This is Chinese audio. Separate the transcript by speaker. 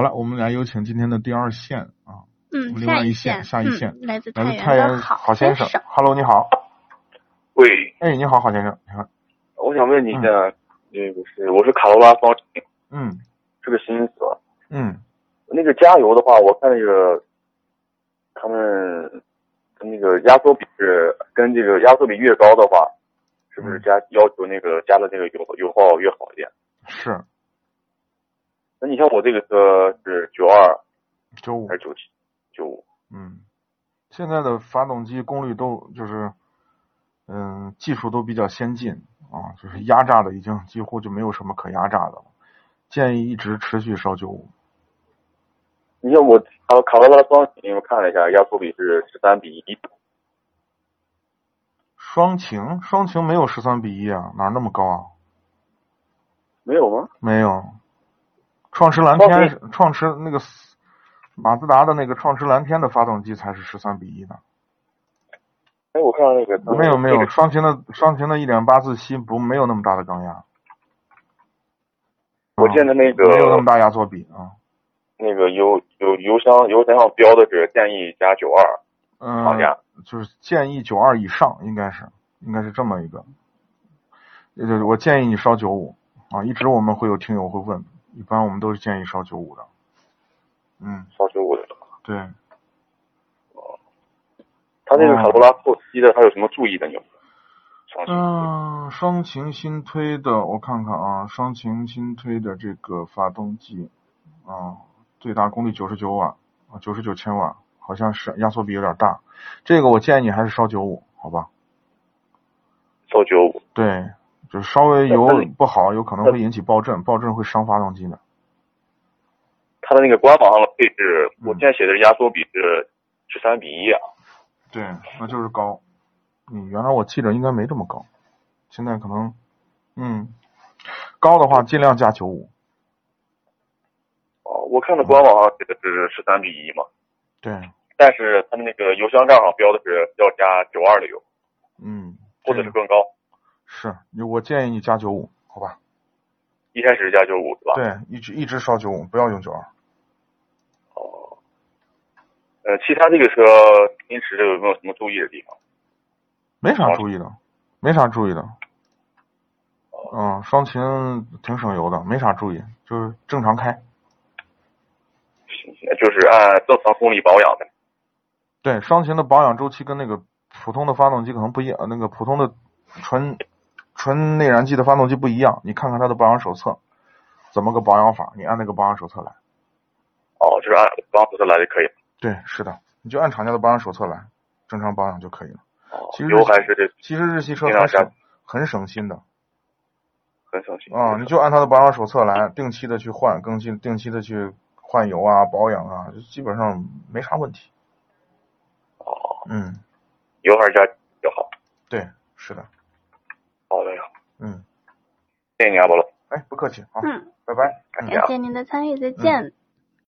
Speaker 1: 好了，我们来有请今天的第二线啊，
Speaker 2: 嗯，
Speaker 1: 另
Speaker 2: 下
Speaker 1: 外
Speaker 2: 一
Speaker 1: 一
Speaker 2: 线，
Speaker 1: 线下一线
Speaker 2: 嗯，来自
Speaker 1: 来自
Speaker 2: 太
Speaker 1: 太
Speaker 2: 原
Speaker 1: 原
Speaker 2: 的
Speaker 1: 好
Speaker 2: 先
Speaker 1: 先生。Hello，你好。
Speaker 3: 喂，
Speaker 1: 哎，你好，好先生。你好。
Speaker 3: 我想问你一下，那个是我是卡罗拉方程，
Speaker 1: 嗯
Speaker 3: 是个新车。
Speaker 1: 嗯
Speaker 3: 那个加油的话，我看那个他们那个压缩比是跟这个压缩比越高的话，是不是加要求那个加的那个油油耗越好一点？
Speaker 1: 是
Speaker 3: 那你像我这个车是九二
Speaker 1: 周五
Speaker 3: 还。是九七九五？
Speaker 1: 嗯，现在的发动机功率都就是，嗯，技术都比较先进啊，就是压榨的已经几乎就没有什么可压榨的了。建议一直持续烧九五。
Speaker 3: 你像我卡卡罗拉方程，我看了一下，压缩比是十三比一，
Speaker 1: 双擎，双擎没有十三比一啊，哪儿那么高啊？
Speaker 3: 没有吗？
Speaker 1: 没有。创驰蓝
Speaker 3: 哦
Speaker 1: 天是，创驰那个斯马自达的那个创驰蓝天的发动机才是十三比一呢。
Speaker 3: 哎，我看到那个
Speaker 1: 没有没有，
Speaker 3: 那个
Speaker 1: 双擎的双擎的一点八自吸不没有那么大的缸压。
Speaker 3: 我见
Speaker 1: 的
Speaker 3: 的那个
Speaker 1: 没有那么大压缩比啊。
Speaker 3: 那个邮邮邮箱邮箱上标的是建议加九二
Speaker 1: 嗯、
Speaker 3: 厂家，
Speaker 1: 就是建议九二以上，应该是应该是这么一个。也就是我建议你烧九五啊，一直我们会有听友会问，一般我们都是建议烧九五的。嗯，
Speaker 3: 烧九五的。
Speaker 1: 对，
Speaker 3: 它这个
Speaker 1: 嗯
Speaker 3: 卡罗拉后期的，它有什么注意的？你有没有？上去
Speaker 1: 嗯，双擎新推的，我看看啊，双擎新推的这个发动机，啊，最大功率九十九瓦，啊，九十九千瓦，好像是压缩比有点大，这个我建议你还是烧九五，好吧？
Speaker 3: 烧九五，
Speaker 1: 对，就是稍微
Speaker 3: 那
Speaker 1: 油
Speaker 3: 那你
Speaker 1: 不好，有可能会引起爆震，爆震会伤发动机的。
Speaker 3: 它的那个官方上的配置，
Speaker 1: 嗯
Speaker 3: 我现在写的压缩比是十三比一啊。
Speaker 1: 对，那就是高。嗯，原来我记着应该没这么高，现在可能，嗯，高的话尽量加九五。
Speaker 3: 哦，我看到官网上写的是十三比一嘛，
Speaker 1: 对，
Speaker 3: 但是它的那个邮箱账上标的是要加九二的油，
Speaker 1: 嗯，
Speaker 3: 或者是更高。
Speaker 1: 是，我建议你加九五，好吧？
Speaker 3: 一开始是加九五是吧？。
Speaker 1: 对，一直一直烧九五，不要用九二。
Speaker 3: 哦。呃，其他这个车平时有没有什么注意的地方？
Speaker 1: 没啥
Speaker 3: 好
Speaker 1: 注意的，没啥注意的。嗯，双擎挺省油的，没啥注意，就是正常开。
Speaker 3: 行行就是按正常公里保养呗。
Speaker 1: 对，双擎的保养周期跟那个普通的发动机可能不一样，呃那个普通的纯纯内燃机的发动机不一样。你看看它的保养手册，怎么个保养法？你按那个保养手册来。
Speaker 3: 哦，就是按帮扶车来就可以。
Speaker 1: 对，是的，你就按厂家的保养手册来，正常保养就可以了。
Speaker 3: 哦
Speaker 1: 其，实
Speaker 3: 油还是
Speaker 1: 其实日系车
Speaker 3: 尽量
Speaker 1: 很省
Speaker 3: 加，
Speaker 1: 很省心的
Speaker 3: 很省心
Speaker 1: 啊、你就按它的保养手册来，定期的去换，更新，定期的去换油啊、保养啊，就基本上没啥问题。
Speaker 3: 哦，
Speaker 1: 嗯，
Speaker 3: 油还是加就好。
Speaker 1: 对，是的，
Speaker 3: 好的，
Speaker 1: 嗯，
Speaker 3: 谢谢你啊，保罗。
Speaker 1: 哎，不客气啊，
Speaker 2: 嗯，
Speaker 1: 拜拜，嗯嗯
Speaker 3: 感谢啊
Speaker 2: 感谢您的参与，再见。